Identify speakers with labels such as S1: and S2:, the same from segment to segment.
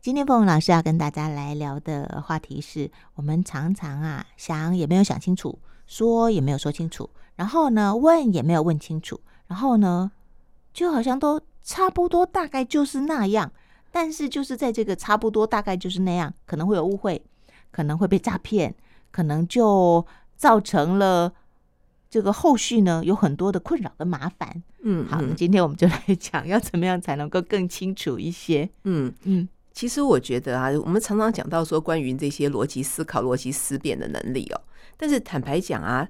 S1: 今天凤老师要跟大家来聊的话题是，我们常常啊想也没有想清楚，说也没有说清楚，然后呢问也没有问清楚，然后呢就好像都差不多，大概就是那样。但是就是在这个差不多大概就是那样，可能会有误会，可能会被诈骗，可能就造成了这个后续呢有很多的困扰跟麻烦。
S2: 嗯，
S1: 好，那
S2: 嗯
S1: 今天我们就来讲要怎么样才能够更清楚一些。
S2: 嗯，
S1: 嗯，
S2: 其实我觉得啊，我们常常讲到说关于这些逻辑思考、逻辑思辨的能力哦，但是坦白讲啊，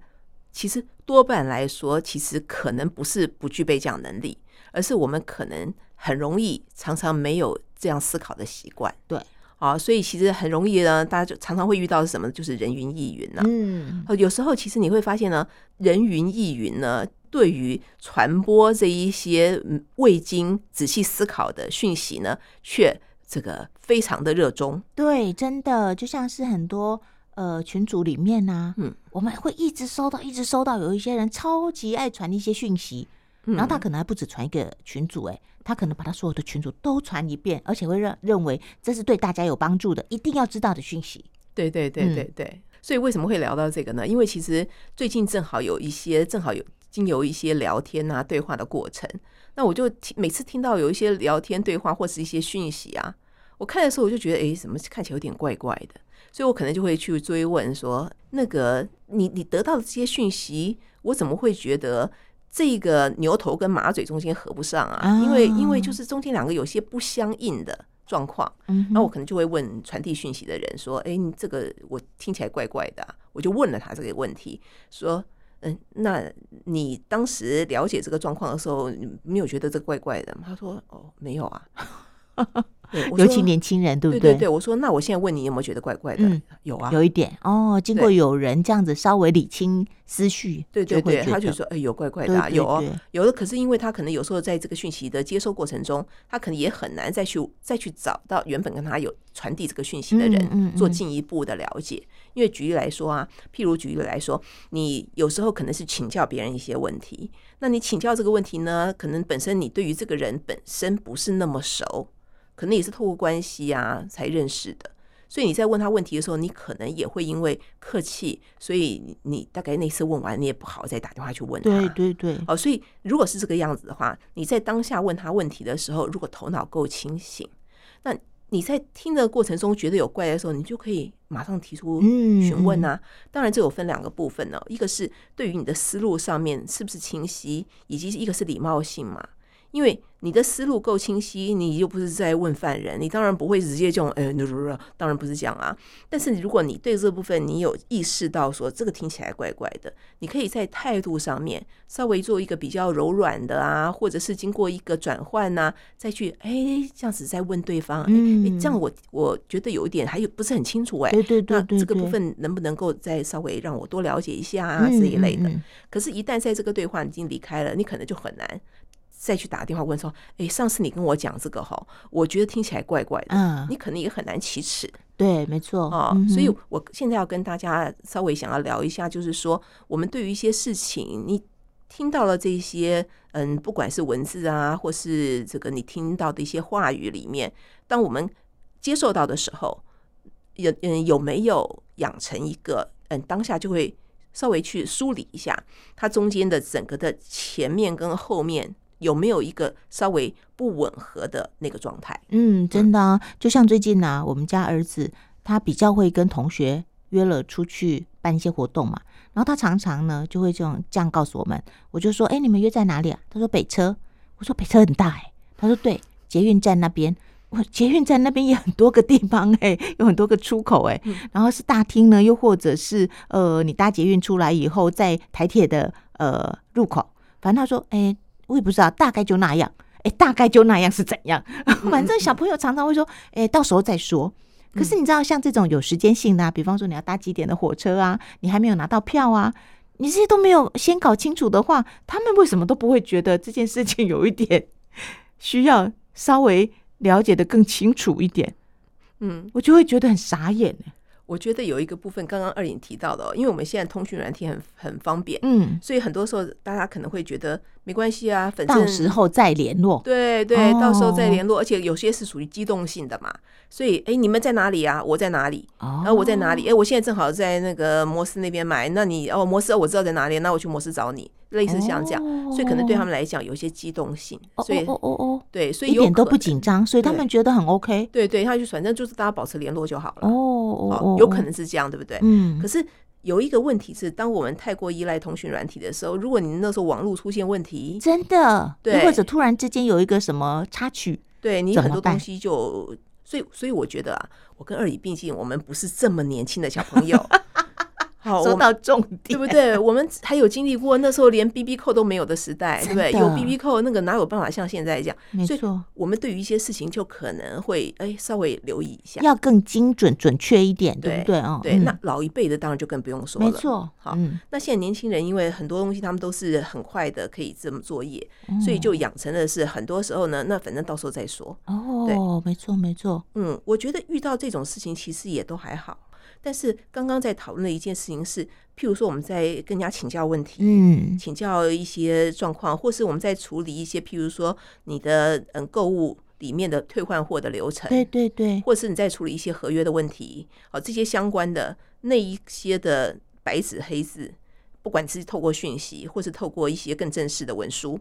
S2: 其实多半来说，其实可能不是不具备这样能力，而是我们可能很容易常常没有这样思考的习惯。
S1: 对，
S2: 啊，所以其实很容易呢，大家就常常会遇到是什么，就是人云亦云呐、
S1: 嗯，
S2: 呃，有时候其实你会发现呢，人云亦云呢，对于传播这一些嗯未经仔细思考的讯息呢，却这个非常的热衷。
S1: 对，真的就像是很多呃群组里面呢、
S2: 嗯，
S1: 我们会一直收到，一直收到，有一些人超级爱传一些讯息，
S2: 嗯
S1: 然后他可能还不止传一个群组、欸，他可能把他所有的群组都传一遍，而且会认认为这是对大家有帮助的，一定要知道的讯息。
S2: 对对对对对。所以为什么会聊到这个呢？因为其实最近正好有一些，正好有经由一些聊天啊、对话的过程，那我就听每次听到有一些聊天对话或是一些讯息啊，我看的时候我就觉得，诶，怎么看起来有点怪怪的？所以我可能就会去追问说，那个你你得到的这些讯息，我怎么会觉得？这个牛头跟马嘴中间合不上啊，因为因为就是中间两个有些不相应的状况，
S1: 嗯
S2: 那我可能就会问传递讯息的人说：“哎、你这个我听起来怪怪的啊、我就问了他这个问题，说：“嗯，那你当时了解这个状况的时候，你没有觉得这怪怪的吗？”他说：“哦，没有啊。对”我
S1: 尤
S2: 说
S1: 其年轻人，对不
S2: 对
S1: 对？
S2: 对对，我说：“那我现在问你有没有觉得怪怪的？”
S1: 嗯
S2: 有啊，
S1: 有一点哦，经过
S2: 对
S1: 有人这样子稍微理清思绪，
S2: 对对
S1: 就会
S2: 对，
S1: 觉
S2: 他就
S1: 得
S2: 说：“哎、有怪怪的、
S1: 对
S2: 啊，
S1: 对
S2: 有哦。”
S1: 对
S2: 有的可是因为他可能有时候在这个讯息的接收过程中，他可能也很难再去再去找到原本跟他有传递这个讯息的人，
S1: 嗯嗯嗯
S2: 做进一步的了解。因为举例来说啊，譬如举例来说，你有时候可能是请教别人一些问题，那你请教这个问题呢，可能本身你对于这个人本身不是那么熟，可能也是透过关系啊才认识的。所以你在问他问题的时候，你可能也会因为客气，所以你你大概那次问完，你也不好再打电话去问他。
S1: 对对对，
S2: 哦，所以如果是这个样子的话，你在当下问他问题的时候，如果头脑够清醒，那你在听的过程中觉得有怪的时候，你就可以马上提出
S1: 嗯
S2: 询问
S1: 嗯
S2: 啊。当然，这有分两个部分呢、哦一个是对于你的思路上面是不是清晰，以及一个是礼貌性嘛。因为你的思路够清晰，你又不是在问犯人，你当然不会直接这种，哎，当然不是这样啊。但是如果你对这部分你有意识到说这个听起来怪怪的，你可以在态度上面稍微做一个比较柔软的啊，或者是经过一个转换呐、再去哎这样子再问对方，哎、哎
S1: 嗯
S2: 这样我我觉得有一点还有不是很清楚哎、
S1: 对对对
S2: 那
S1: 对，
S2: 这个部
S1: 对
S2: 分能不能够再稍微让我多了解一下啊这一类的？
S1: 嗯嗯
S2: 可是，一旦在这个对话已经离开了，你可能就很难再去打电话问说：“哎，上次你跟我讲这个哈，我觉得听起来怪怪的。”
S1: 嗯，
S2: 你可能也很难启齿
S1: 对，没错
S2: 啊、
S1: 嗯
S2: 所以
S1: 哼
S2: 我现在要跟大家稍微想要聊一下，就是说我们对于一些事情，你听到了这些，嗯，不管是文字啊，或是这个你听到的一些话语里面，当我们接受到的时候，有嗯有没有养成一个嗯当下就会稍微去梳理一下它中间的整个的前面跟后面有没有一个稍微不吻合的那个状态？
S1: 嗯，真的啊，就像最近呢、我们家儿子他比较会跟同学约了出去办一些活动嘛，然后他常常呢就会这种这样告诉我们，我就说，哎、你们约在哪里啊？他说北车，我说北车很大哎、他说对，捷运站那边。我捷运站那边也很多个地方哎、有很多个出口哎、然后是大厅呢，又或者是呃，你搭捷运出来以后，在台铁的呃入口，反正他说，哎、我也不知道，大概就那样，哎、大概就那样是怎样？ 反 正小朋友常常会说，哎、到时候再说。
S2: 嗯
S1: 可是你知道，像这种有时间性的、啊，比方说你要搭几点的火车啊，你还没有拿到票啊，你这些都没有先搞清楚的话，他们为什么都不会觉得这件事情有一点 需要稍微了解的更清楚一点？
S2: 嗯，
S1: 我就会觉得很傻眼、欸。
S2: 我觉得有一个部分，刚刚二颖提到的、哦，因为我们现在通讯软体很很方便，
S1: 嗯，
S2: 所以很多时候大家可能会觉得没关系啊，反正
S1: 到时候再联络。
S2: 对对，到时候再
S1: 哦
S2: 联络，而且有些是属于机动性的嘛，所以哎，你们在哪里啊？我在哪里？
S1: 哦
S2: 然后我在哪里？哎，我现在正好在那个摩斯那边买，那你哦，摩斯哦我知道在哪里，那我去摩斯找你，类似像这样，所以可能对他们来讲有一些机动性，
S1: 哦，
S2: 所以
S1: 哦哦哦哦，
S2: 对，所以
S1: 一
S2: 有
S1: 点都
S2: 可
S1: 不
S2: 能，
S1: 紧张，所以他们
S2: 对
S1: 觉得很 OK。
S2: 对对，他就反正就是大家保持联络就好
S1: 哦
S2: 了，
S1: 哦
S2: 哦
S1: 哦，
S2: 有可能是这样，对不对？
S1: 嗯
S2: 可，是有一个问题是，当我们太过依赖通讯软体的时候，如果你那时候网络出现问题，
S1: 真的，又
S2: 对
S1: 或者突然之间有一个什么插曲，
S2: 对你
S1: 怎
S2: 很
S1: 么
S2: 多
S1: 办
S2: 东西就，所以所以我觉得啊，我跟二姨毕竟我们不是这么年轻的小朋友， 好，
S1: 说
S2: 哦我们
S1: 到重
S2: 对
S1: 点，
S2: 不对？我们还有经历过那时候连 BB 扣都没有的时代，对不对？
S1: 真
S2: 有
S1: 的
S2: BB 扣那个哪有办法像现在这样？
S1: 没
S2: 所以
S1: 错，
S2: 我们对于一些事情就可能会哎稍微留意一下。
S1: 要更精准、准确一点，对不对啊？
S2: 对，
S1: 嗯
S2: 那老一辈的当然就更不用说了。
S1: 没错，
S2: 好
S1: 嗯，
S2: 那现在年轻人因为很多东西他们都是很快的可以这么作业，所以
S1: 嗯
S2: 就养成的是很多时候呢，那反正到时候再说。
S1: 哦，没错没错，
S2: 嗯，我觉得遇到这种事情其实也都还好。但是刚刚在讨论的一件事情是，譬如说我们在跟人家请教问题，
S1: 嗯，
S2: 请教一些状况，或是我们在处理一些譬如说你的嗯购物里面的退换货的流程，
S1: 对对对，
S2: 或是你在处理一些合约的问题，哦，这些相关的那一些的白纸黑字，不管是透过讯息，或是透过一些更正式的文书，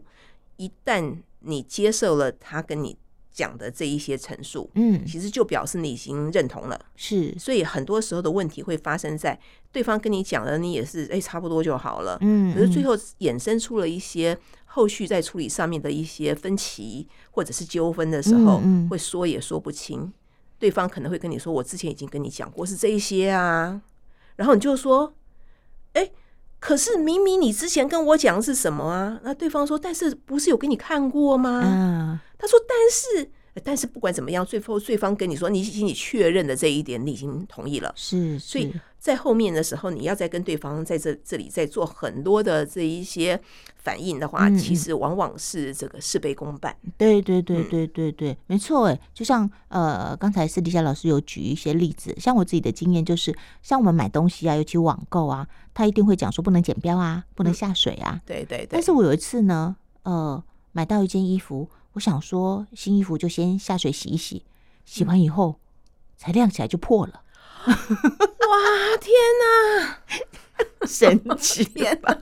S2: 一旦你接受了他跟你讲的这一些陈述，
S1: 嗯，
S2: 其实就表示你已经认同了。
S1: 是，
S2: 所以很多时候的问题会发生在对方跟你讲了，你也是哎、差不多就好了。
S1: 嗯，
S2: 可是最
S1: 嗯
S2: 后衍生出了一些后续在处理上面的一些分歧或者是纠纷的时候，
S1: 嗯嗯
S2: 会说也说不清。对方可能会跟你说：“我之前已经跟你讲过是这一些啊。”然后你就说：“哎、可是明明你之前跟我讲的是什么啊？”那对方说：“但是不是有给你看过吗？”
S1: 啊，
S2: 他说：“但是，呃但是不管怎么样，最后对方跟你说，你已经你确认的这一点，你已经同意了。”
S1: 是，
S2: 所以
S1: 是
S2: 在后面的时候，你要再跟对方在这这里再做很多的这一些反应的话，
S1: 嗯嗯
S2: 其实往往是这个事倍功半。
S1: 对对对
S2: 嗯
S1: 对对对，没错哎，就像呃，刚才私底下老师有举一些例子，像我自己的经验就是，像我们买东西啊，尤其网购啊，他一定会讲说不能剪标啊，不能
S2: 嗯
S1: 下水啊。
S2: 对对对，
S1: 但是我有一次呢，呃，买到一件衣服，我想说新衣服就先下水洗一洗，洗完以后才晾起来就破了，
S2: 哇天哪，
S1: 神奇！
S2: 天哪，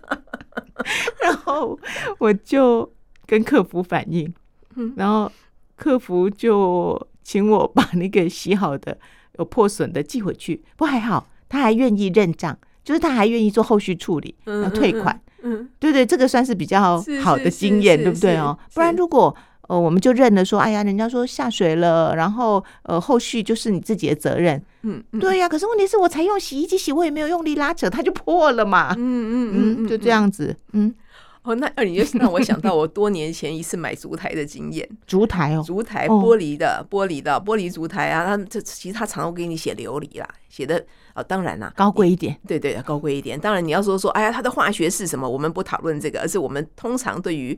S1: 然后我就跟客服反映
S2: 嗯，
S1: 然后客服就请我把那个洗好的有破损的寄回去。不过还好，他还愿意认账，就是他还愿意做后续处理，
S2: 嗯
S1: 要退款。
S2: 嗯，
S1: 对对，这个算是比较
S2: 是
S1: 好的
S2: 是
S1: 经
S2: 是
S1: 验，
S2: 是
S1: 对不对
S2: 是
S1: 哦？不然
S2: 是
S1: 如果呃我们就认了说，哎呀，人家说下水了，然后呃后续就是你自己的责任。
S2: 嗯嗯，
S1: 对呀、可是问题是我才用洗衣机洗，我也没有用力拉扯，它就破了嘛
S2: 嗯，。嗯嗯
S1: 嗯，
S2: 嗯，
S1: 就这。样子。嗯，
S2: 哦，那二你就让我想到我多年前一次买烛台的经验，
S1: 烛台哦，
S2: 烛台
S1: 哦
S2: 玻璃的玻璃的玻璃烛台啊，他们这其实他常常给你写琉璃啦，写的啊、当然啦，
S1: 高贵一点。
S2: 对对，高贵一点。当然，你要说说，哎呀，它的化学是什么？我们不讨论这个，而是我们通常对于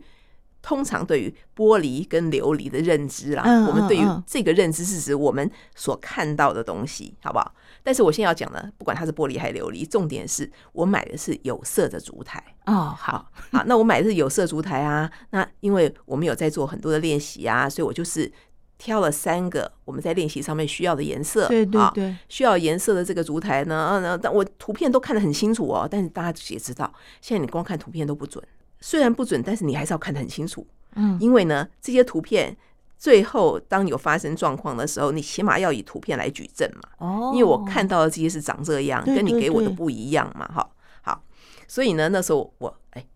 S2: 通常对于玻璃跟琉璃的认知啦，
S1: 嗯
S2: 我们对于
S1: 嗯嗯
S2: 这个认知是指我们所看到的东西，好不好？但是我现在要讲的，不管它是玻璃还是琉璃，重点是我买的是有色的烛台。
S1: 哦，好，
S2: 好，那我买的是有色烛台啊。那因为我们有在做很多的练习啊，所以我就是挑了三个我们在练习上面需要的颜色。
S1: 对对
S2: 啊
S1: 对，
S2: 需要颜色的这个烛台呢，啊，那但我图片都看得很清楚哦，但是大家也知道，现在你光看图片都不准，虽然不准，但是你还是要看得很清楚，
S1: 嗯，
S2: 因为呢，这些图片最后当有发生状况的时候，你起码要以图片来举证嘛，
S1: 哦
S2: 因为我看到的这些是长这样，
S1: 对
S2: 跟你
S1: 对
S2: 给我的
S1: 对
S2: 不一样嘛，哈，好，所以呢，那时候我哎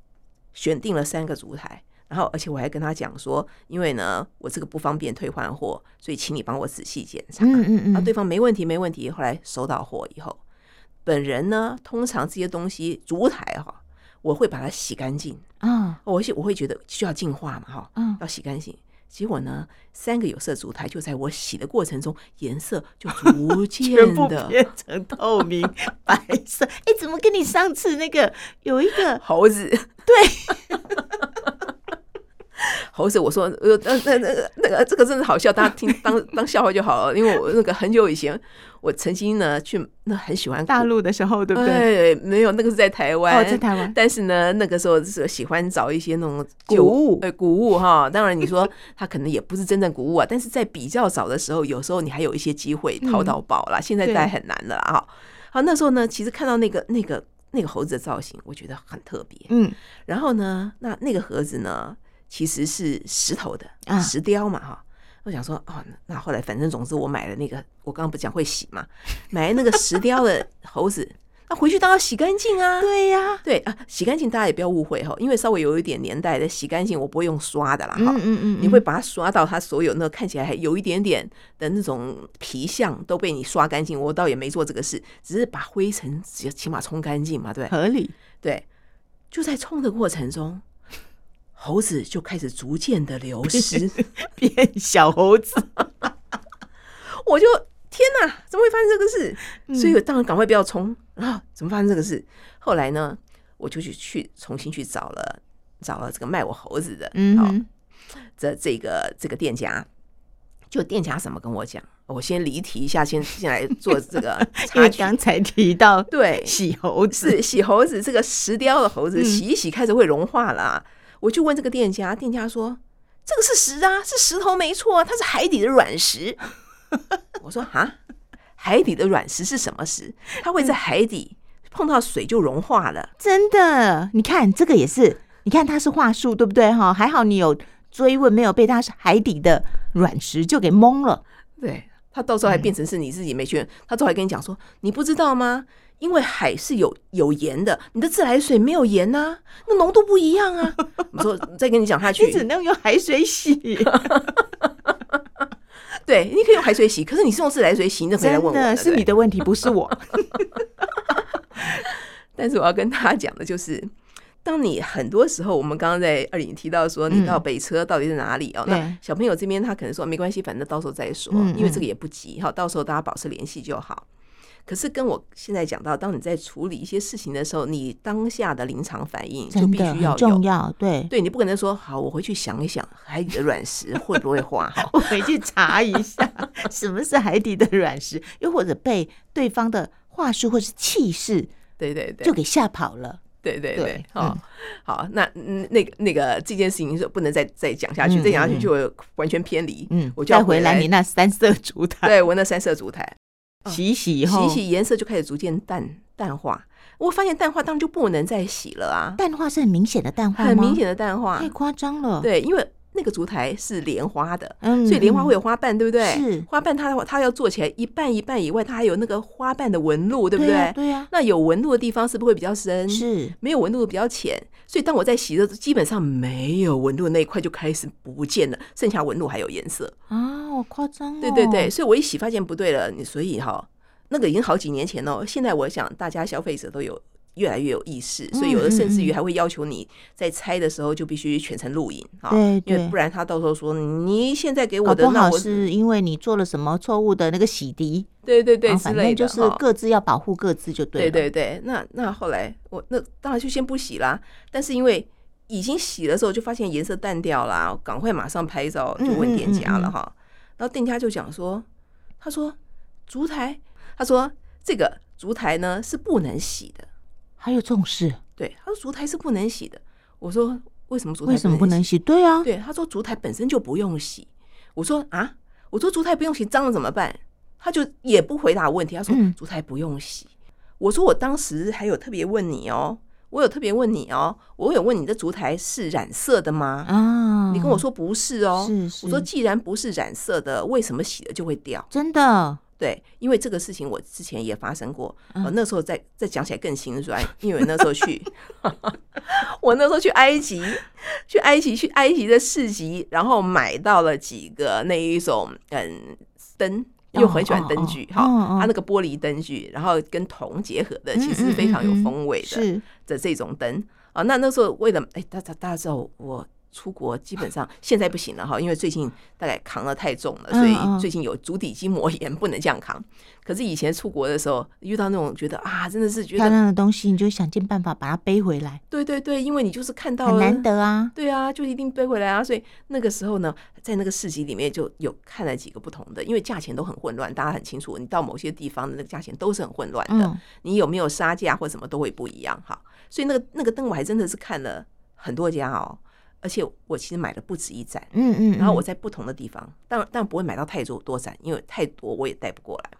S2: 选定了三个烛台。然后，而且我还跟他讲说，因为呢，我这个不方便退换货，所以请你帮我仔细检查。
S1: 嗯嗯嗯，
S2: 啊，对方没问题，没问题。后来收到货以后，本人呢，通常这些东西烛台哈、我会把它洗干净，
S1: 啊，
S2: 我会我会觉得需要净化嘛哈、
S1: 嗯
S2: 要洗干净。结果呢，三个有色烛台就在我洗的过程中，颜色就逐渐 的
S1: 变 成透明白色。哎，怎么跟 你上次那个有一个
S2: 猴子，对，猴子，我说，呃，那那那个那个，这个真的好笑，大家听当当笑话就好了。因为我那个很久以前，我曾经呢去那很喜欢
S3: 大，陆的时候，对不
S1: 哦
S3: 对？
S2: 对，没有那个是在台湾，
S3: 哦，在台湾，
S2: 但是呢，那个时候是喜欢找一些那种
S3: 古
S2: 旧
S3: 物
S2: 呃，古物哈。当然，你说 它可能也不是真正古物啊，但是在比较早的时候，有时候你还有一些机会淘到宝啦。现在
S3: 嗯对
S2: 大概很难了啦哈。好，那时候呢，其实看到那个那个那个猴子的造型，我觉得很特别。
S1: 嗯，
S2: 然后呢，那那个盒子呢，其实是石头的
S1: 啊，
S2: 石雕嘛哈。我想说，哦，那后来反正总之我买了那个，我刚刚不讲会洗嘛，买了那个石雕的猴子， 那回去当然要洗干净啊。
S1: 对呀、
S2: 对啊，洗干净大家也不要误会哈，因为稍微有一点年代的洗干净，我不会用刷的啦哈。
S1: 嗯嗯
S2: 你会把它刷到它所有那看起来还有一点点的那种皮相都被你刷干净，我倒也没做这个事，只是把灰尘起起码冲干净嘛，对不对
S3: 合理，
S2: 对，就在冲的过程中，猴子就开始逐渐的流失，
S3: 变小猴子，
S2: 我就天哪，怎么会发生这个事？
S1: 嗯
S2: 所以我当然赶快不要冲啊！怎么发生这个事？后来呢，我就去去重新去找了找了这个卖我猴子的，
S1: 嗯
S2: 哦
S1: 哼，
S2: 这这个这个店家，就店家怎么跟我讲？我先离题一下，先先来做 这个
S3: 因
S2: 插
S3: 为
S2: 曲。
S3: 刚才提到
S2: 对，
S3: 洗猴子，
S2: 是洗猴子这个石雕的猴子，
S3: 嗯
S2: 洗一洗开始会融化啦、我就问这个店家，店家说这个是石啊，是石头没错啊，它是海底的软石。我说啊，海底的软石是什么石？它会在海底碰到水就融化了。
S1: 真的，你看这个也是，你看它是话术，对不对哈？还好你有追问，没有被它海底的软石就给蒙了。
S2: 对，他到时候还变成是你自己没去，他之后还跟你讲说，你不知道吗？因为海是有有盐的，你的自来水没有盐呐、那浓度不一样啊。我说再跟你讲 下去，
S3: 你只能用海水洗，
S2: 对，你可以用海水洗，可是你是用自来水洗，你怎么来问我
S3: 真
S2: 呢？
S3: 的是
S2: 对
S3: 你的问题，不是 我。
S2: 但是我要跟大家讲的就是，当你很多时候，我们刚刚在二零提到说，你到北车到底是哪里、哦？
S1: 嗯对
S2: 那小朋友这边他可能说没关系，反正到时候再说，
S1: 嗯
S2: 因为这个也不急哈，到时候大家保持联系就好。可是跟我现在讲到，当你在处理一些事情的时候，你当下的临场反应就
S1: 真
S2: 必
S1: 的
S2: 须要
S1: 很重
S2: 有。
S1: 要，对，
S2: 对你不可能说好，我回去想一想，海底的软石会不会化？哈，
S3: 我回去查一下，
S1: 什么是海底的软石，又或者被对方的话术或是气势
S2: 对对对，
S1: 就给吓跑了。
S2: 对对
S1: 对
S2: 对，
S1: 嗯
S2: 好、好，那嗯那个那个这件事情是不能再再讲下去，
S1: 嗯
S2: 再讲下
S1: 嗯
S2: 去就会完全偏离。
S1: 嗯，
S2: 我就
S1: 再
S2: 要
S1: 回
S2: 来，
S1: 来你那三色烛 台
S2: 对我那三色烛台
S3: 洗一洗以
S2: 洗一
S3: 后，
S2: 洗，颜色就开始逐渐淡淡化。我发现淡化当然就不能再洗了啊，
S1: 淡化是很明显的淡化吗
S2: 很明显的淡化
S1: 太。夸张了。，
S2: 对，因为那个烛台是莲花的。
S1: 嗯
S2: 所以莲花会有花瓣，对不对？
S1: 是
S2: 花瓣它的话，它要做起来一半一半以外，它还有那个花瓣的纹路，对嗯
S1: 对
S2: 不
S1: 对啊呀，对呀，
S2: 那有纹路的地方是不是会比较深？
S1: 是
S2: 没有纹路的比较浅，所以当我在洗的时候，基本上没有纹路那一块就开始不见了，剩下纹路还有颜色。
S1: 啊，好夸张哦。
S2: 对对对，，所以我一洗发现不对了，你所以哈，那个已经好几年前了。现在我想大家消费者都有越来越有意识，
S1: 嗯
S2: 所以有的甚至于还会要求你在拆的时候就必须全程录影啊，
S1: 对
S2: 因
S1: 对
S2: 为不然他到时候说你现在给
S1: 搞
S2: 我
S1: 不
S2: 的那
S1: 好
S2: 我
S1: 是因为你做了什么错误的那个洗涤，
S2: 对对对
S1: 啊
S2: 之
S1: 反
S2: 类
S1: 正
S2: 的
S1: 就是
S2: 哈
S1: 各自要保护各自就对
S2: 对
S1: 了。
S2: 对对，那那后来我那当然就先不洗啦，但是因为已经洗的时候就发现颜色淡掉啦，赶快马上拍照就问店家
S1: 嗯
S2: 了哈。然后店家就讲说，他说烛台，他说这个烛台呢是不能洗的，
S1: 还有这种事，
S2: 对，他说烛台是不能洗的。我说为什么烛台
S1: 为什么不能
S2: 洗？
S1: 洗？对啊，
S2: 对，他说烛台本身就不用洗。我说啊，我说烛台不用洗，脏了怎么办？他就也不回答我问题，他说
S1: 嗯
S2: 烛台不用洗。我说我当时还有特别问你哦，我有特别问你哦，我有问你的烛台是染色的吗？
S1: 啊，
S2: 你跟我说不是哦。
S1: 是是，
S2: 我说既然不是染色的，为什么洗了就会掉？
S1: 真的，
S2: 对，因为这个事情我之前也发生过，
S1: 嗯
S2: 呃，那时候再再讲起来更心酸，因为那时 候去，我那时候去埃及，去埃及去埃及的市集，然后买到了几个那一种嗯灯。因为我很喜欢
S1: 哦哦
S2: 灯
S1: 哦
S2: 具哈，
S1: 嗯嗯
S2: 它那个玻璃灯具，然后跟铜结合的，其实
S1: 嗯
S2: 是
S1: 嗯
S2: 非常有
S1: 嗯嗯
S2: 风味的
S1: 是
S2: 的这种灯啊。那那时候为了哎，大家大家知道我出国基本上现在不行了哈，因为最近大概扛的太重了，
S1: 嗯
S2: 所
S1: 嗯
S2: 以最近有足底筋膜炎，不能这样扛。可是以前出国的时候，遇到那种觉得啊，真的是觉
S1: 漂
S2: 得
S1: 亮的东西，你就想尽办法把它背回来，
S2: 对对对，因为你就是看到
S1: 很
S2: 了
S1: 难得啊。
S2: 对啊，就一定背回来啊。所以那个时候呢，在那个市集里面就有看了几个不同的，因为价钱都很混乱，大家很清楚，你到某些地方的那个价钱都是很混乱的，
S1: 嗯
S2: 你有没有杀价或什么都会不一样哈。所以那个那个灯我还真的是看了很多家哦，而且我其实买了不止一盏，
S1: 嗯嗯，
S2: 然后我
S1: 嗯
S2: 在不同的地方，当然当然不会买到太多多盏，因为太多我也带不过来。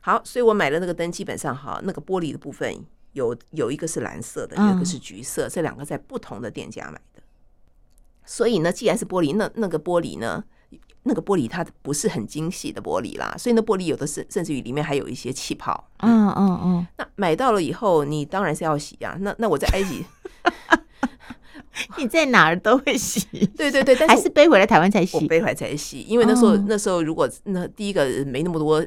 S2: 好，所以我买的那个灯基本上哈，那个玻璃的部分有有一个是蓝色的，
S1: 嗯
S2: 有一个是橘色，这两个在不同的店家买的。所以呢，既然是玻璃，那那个玻璃呢，那个玻璃它不是很精细的玻璃啦，所以那玻璃有的是甚至于里面还有一些气泡。
S1: 嗯嗯嗯，
S2: 那买到了以后，你当然是要洗啊。那那我在埃及，
S1: 你在哪儿都会洗，
S2: 对对对，但是
S1: 还是背回来台湾才
S2: 我
S1: 洗。
S2: 背回来才洗，因为那时候、
S1: 哦
S2: 那时候如果那第一个没那么多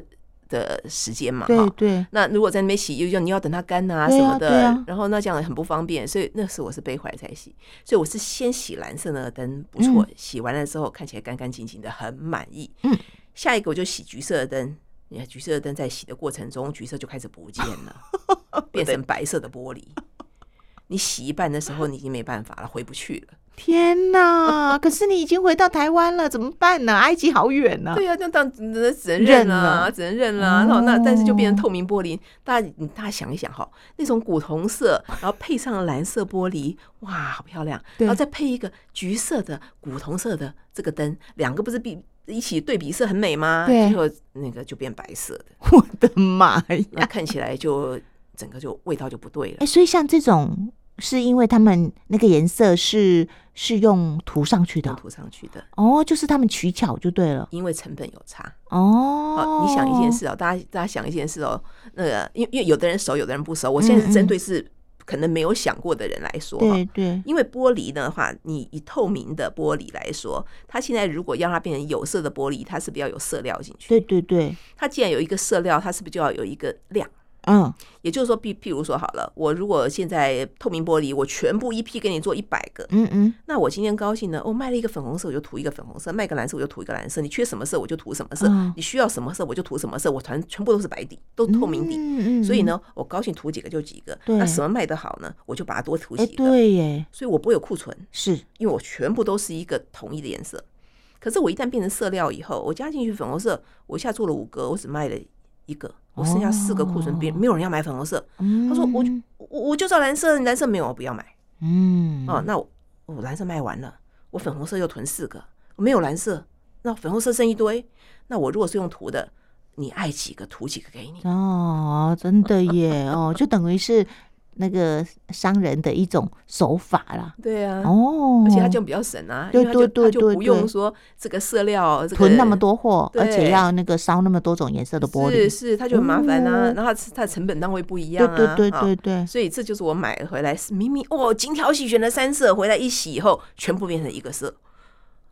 S2: 的时间嘛，
S1: 对
S2: 哈。
S1: 对，
S2: 那如果在那边洗，又要你要等它干啊
S1: 对
S2: 什
S1: 啊
S2: 么的，
S1: 对啊
S2: 然后那这样很不方便，所以那时候我是背回来才洗，所以我是先洗蓝色那个灯，不错，洗完了之后看起来干干净净的，很满意。
S1: 嗯，
S2: 下一个我就洗橘色的灯，你看橘色的灯在洗的过程中，橘色就开始不见了， 变成白色的玻璃。你洗一半的时候，你已经没办法了，回不去了。
S1: 天 哪！可是你已经回到台湾了，怎么办呢？埃及好远呢、
S2: 对呀、那当只能只
S1: 啊认
S2: 能认啦、
S1: 了
S2: 只能认啦、啊然后那
S1: 哦
S2: 但是就变成透明玻璃，大家你大家想一想哈，那种古铜色，然后配上蓝色玻璃，哇，好漂亮！
S1: 对
S2: 然后再配一个橘色的古铜色的这个灯，两个不是比一起对比色很美吗？
S1: 对
S2: 结果那个就变白色的，
S1: 我的妈呀！
S2: 那看起来就整个就味道就不对
S1: 哎，
S2: 了。
S1: 所以像这种是因为他们那个颜色是是用涂上去的
S2: 涂上去的，
S1: 哦，就是他们取巧就对了
S2: 因为成本有差。
S1: 哦
S2: 好，。啊你想一件，事哦，大家大家想一件事哦，那个，因为因为有的人熟，有的人不熟。我现
S1: 嗯
S2: 在
S1: 嗯
S2: 是针对是可能没有想过的人来说哈，
S1: 对对，
S2: 因为玻璃的话，你以透明的玻璃来说，它现在如果要它变成有色的玻璃，它是不是要有色料进去？
S1: 对对对，
S2: 它既然有一个色料，它是不是就要有一个量？
S1: 嗯
S2: 也就是说，譬譬如说好了，我如果现在透明玻璃，我全部一批给你做一百个，
S1: 嗯嗯，
S2: 那我今天高兴呢，我、哦卖了一个粉红色，我就涂一个粉红色；卖个蓝色，我就涂一个蓝色。你缺什么色，我就涂什么色；
S1: 嗯
S2: 你需要什么色，我就涂什么色。我全全部都是白底，都透明底。
S1: 嗯嗯，
S2: 所以呢，我高兴涂几个就几个。
S1: 对
S2: 那什么卖得好呢？我就把它多涂
S1: 嗯，哎，
S2: 几个。
S1: 对耶，
S2: 所以我不会有库存，
S1: 是
S2: 因为我全部都是一个统一的颜色。可是我一旦变成色料以后，我加进去粉红色，我一下做了五个，我只卖了一个，我剩下四个库存，别、
S1: 哦
S2: 没有人要买粉红色。
S1: 他
S2: 他说我就我我就照蓝色，蓝色没有我不要买。
S1: 嗯
S2: 哦，那我我蓝色卖完了，我粉红色又囤四个，我没有蓝色，那粉红色剩一堆。那我如果是用涂的，你爱几个涂几个给你。
S1: 哦，真的耶，哦，就等于是那个商人的一种手法啦。
S2: 对啊
S1: 哦，
S2: 而且它就比较省啊，
S1: 对
S2: 因为它就
S1: 对
S2: 它
S1: 对
S2: 就
S1: 对
S2: 不
S1: 对
S2: 用说这个色料这个
S1: 囤那么多货，而且
S2: 对
S1: 要那个烧那么多种颜色的玻
S2: 是
S1: 璃。
S2: 是，它就很麻烦啊，
S1: 哦
S2: 然后它它的成本单位不一
S1: 对
S2: 样啊，
S1: 对对
S2: 啊
S1: 对对，
S2: 所以这就是我买回来是明明哦精挑细选了三色，回来一洗以后全部变成一个色，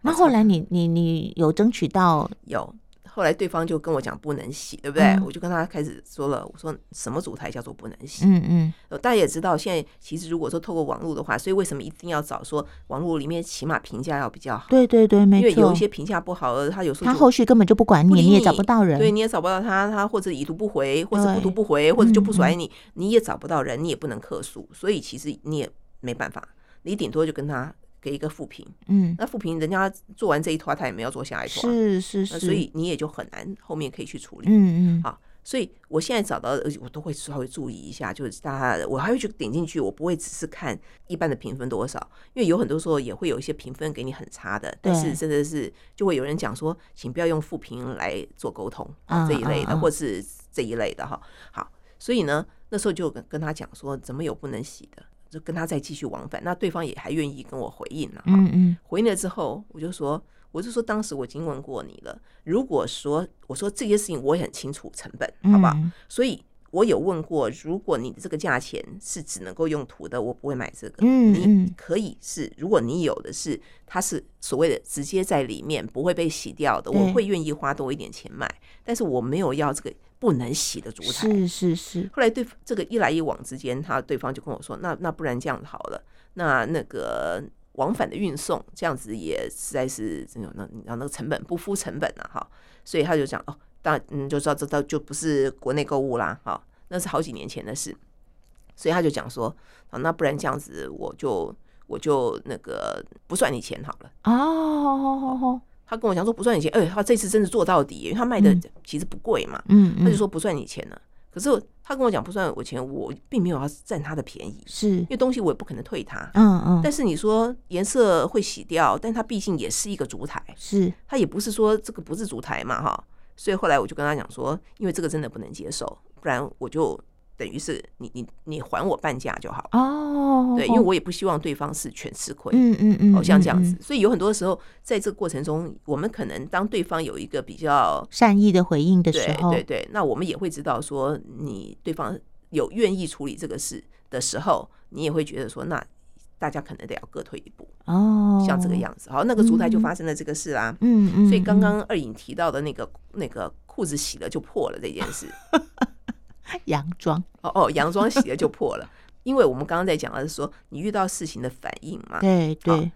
S1: 那
S2: 我
S1: 后
S2: 操
S1: 来你你你有争取到
S2: 有。后来对方就跟我讲不能洗，对不对？
S1: 嗯
S2: 我就跟他开始说了，我说什么主台叫做不能洗？
S1: 嗯嗯
S2: 呃大家也知道，现在其实如果说透过网络的话，所以为什么一定要找说网络里面起码评价要比较好？
S1: 对对对没
S2: 因为有
S1: 错
S2: 一，些评价不好的，他有时候
S1: 他
S2: 就
S1: 后续根本就不管
S2: 不
S1: 你，
S2: 理
S1: 你也找不到人。
S2: 对，你也找不到他，他或者已读不回，或者
S1: 对
S2: 不读不回，或者就
S1: 嗯
S2: 不甩你，你也找不到人，你也不能客诉，所以其实你也没办法，你顶多就跟他给一个复评，
S1: 嗯，
S2: 那复评人家做完这一坨，他也没有做下一坨啊，
S1: 是是
S2: 那
S1: 是，
S2: 所以你也就很难后面可以去处理。
S1: 嗯嗯
S2: 好所以我现在找到，呃我都会稍微注意一下，就是大家，我还会去点进去，我不会只是看一般的评分多少，因为有很多时候也会有一些评分给你很差的，但
S1: 对
S2: 是真的是就会有人讲说，请不要用负评来做沟通、啊
S1: 嗯
S2: 这一类的，
S1: 嗯嗯
S2: 或是这一类的哈。好，所以呢，那时候就跟跟他讲说，怎么有不能洗的，就跟他再继续往返，那对方也还愿意跟我回应啊了、哈。
S1: 嗯嗯，
S2: 回应了之后，我就说，我就说当时我已经问过你了。如果说我说这些事情我也很清楚成本，好不好？
S1: 嗯
S2: 所以我有问过，如果你这个价钱是只能够用涂的，我不会买这个。
S1: 嗯嗯
S2: 你可以是，如果你有的是，它是所谓的直接在里面不会被洗掉的，
S1: 对
S2: 我会愿意花多一点钱买，但是我没有要这个不能洗的烛台。
S1: 是是是，
S2: 后来对这个一来一往之间，他对方就跟我说：“那那不然这样好了，那那个往返的运送，这样子也实在是这种那然后那个成本不敷成本了、哈，所以他就讲哦，当然嗯就知道这到就不是国内购物啦，哈，那是好几年前的事，所以他就讲说啊，那不然这样子我就我就那个不算你钱好了。
S1: 哦，好好好好，
S2: 他跟我讲说不算你钱，哎、他这次真的做到底耶，因为他卖的
S1: 嗯
S2: 其实不贵嘛，
S1: 嗯，
S2: 他就
S1: 嗯
S2: 说不算你钱了。可是他跟我讲不算我钱，我并没有要占他的便宜，
S1: 是
S2: 因，为东西我也不可能退他。
S1: 嗯嗯，
S2: 但是你说颜色会洗掉，但它毕竟也是一个烛台，
S1: 是
S2: 它也不是说这个不是烛台嘛哈。所以后来我就跟他讲说，因为这个真的不能接受，不然我就等于是你你你还我半价就好了。
S1: 哦，
S2: 对，因为我也不希望对方是全吃亏。
S1: 嗯嗯嗯，
S2: 好像
S1: 嗯
S2: 这样子
S1: 嗯，
S2: 所以有很多时候，在这个过程中，我们可能当对方有一个比较
S1: 善意的回应的时
S2: 对
S1: 候，
S2: 对对，那我们也会知道说，你对方有愿意处理这个事的时候，你也会觉得说，那大家可能得要各退一步，
S1: 哦，
S2: 像这个，样子。好，那个烛台就
S1: 嗯
S2: 发生了这个事啦。
S1: 嗯嗯，
S2: 所以刚
S1: 嗯
S2: 刚二颖提到的那个那个裤子洗了就破了这件事，
S1: 佯装，
S2: 哦哦，洋装洗了就破了，因为我们刚刚在讲的是说你遇到事情的反应嘛，
S1: 对
S2: 好
S1: 对，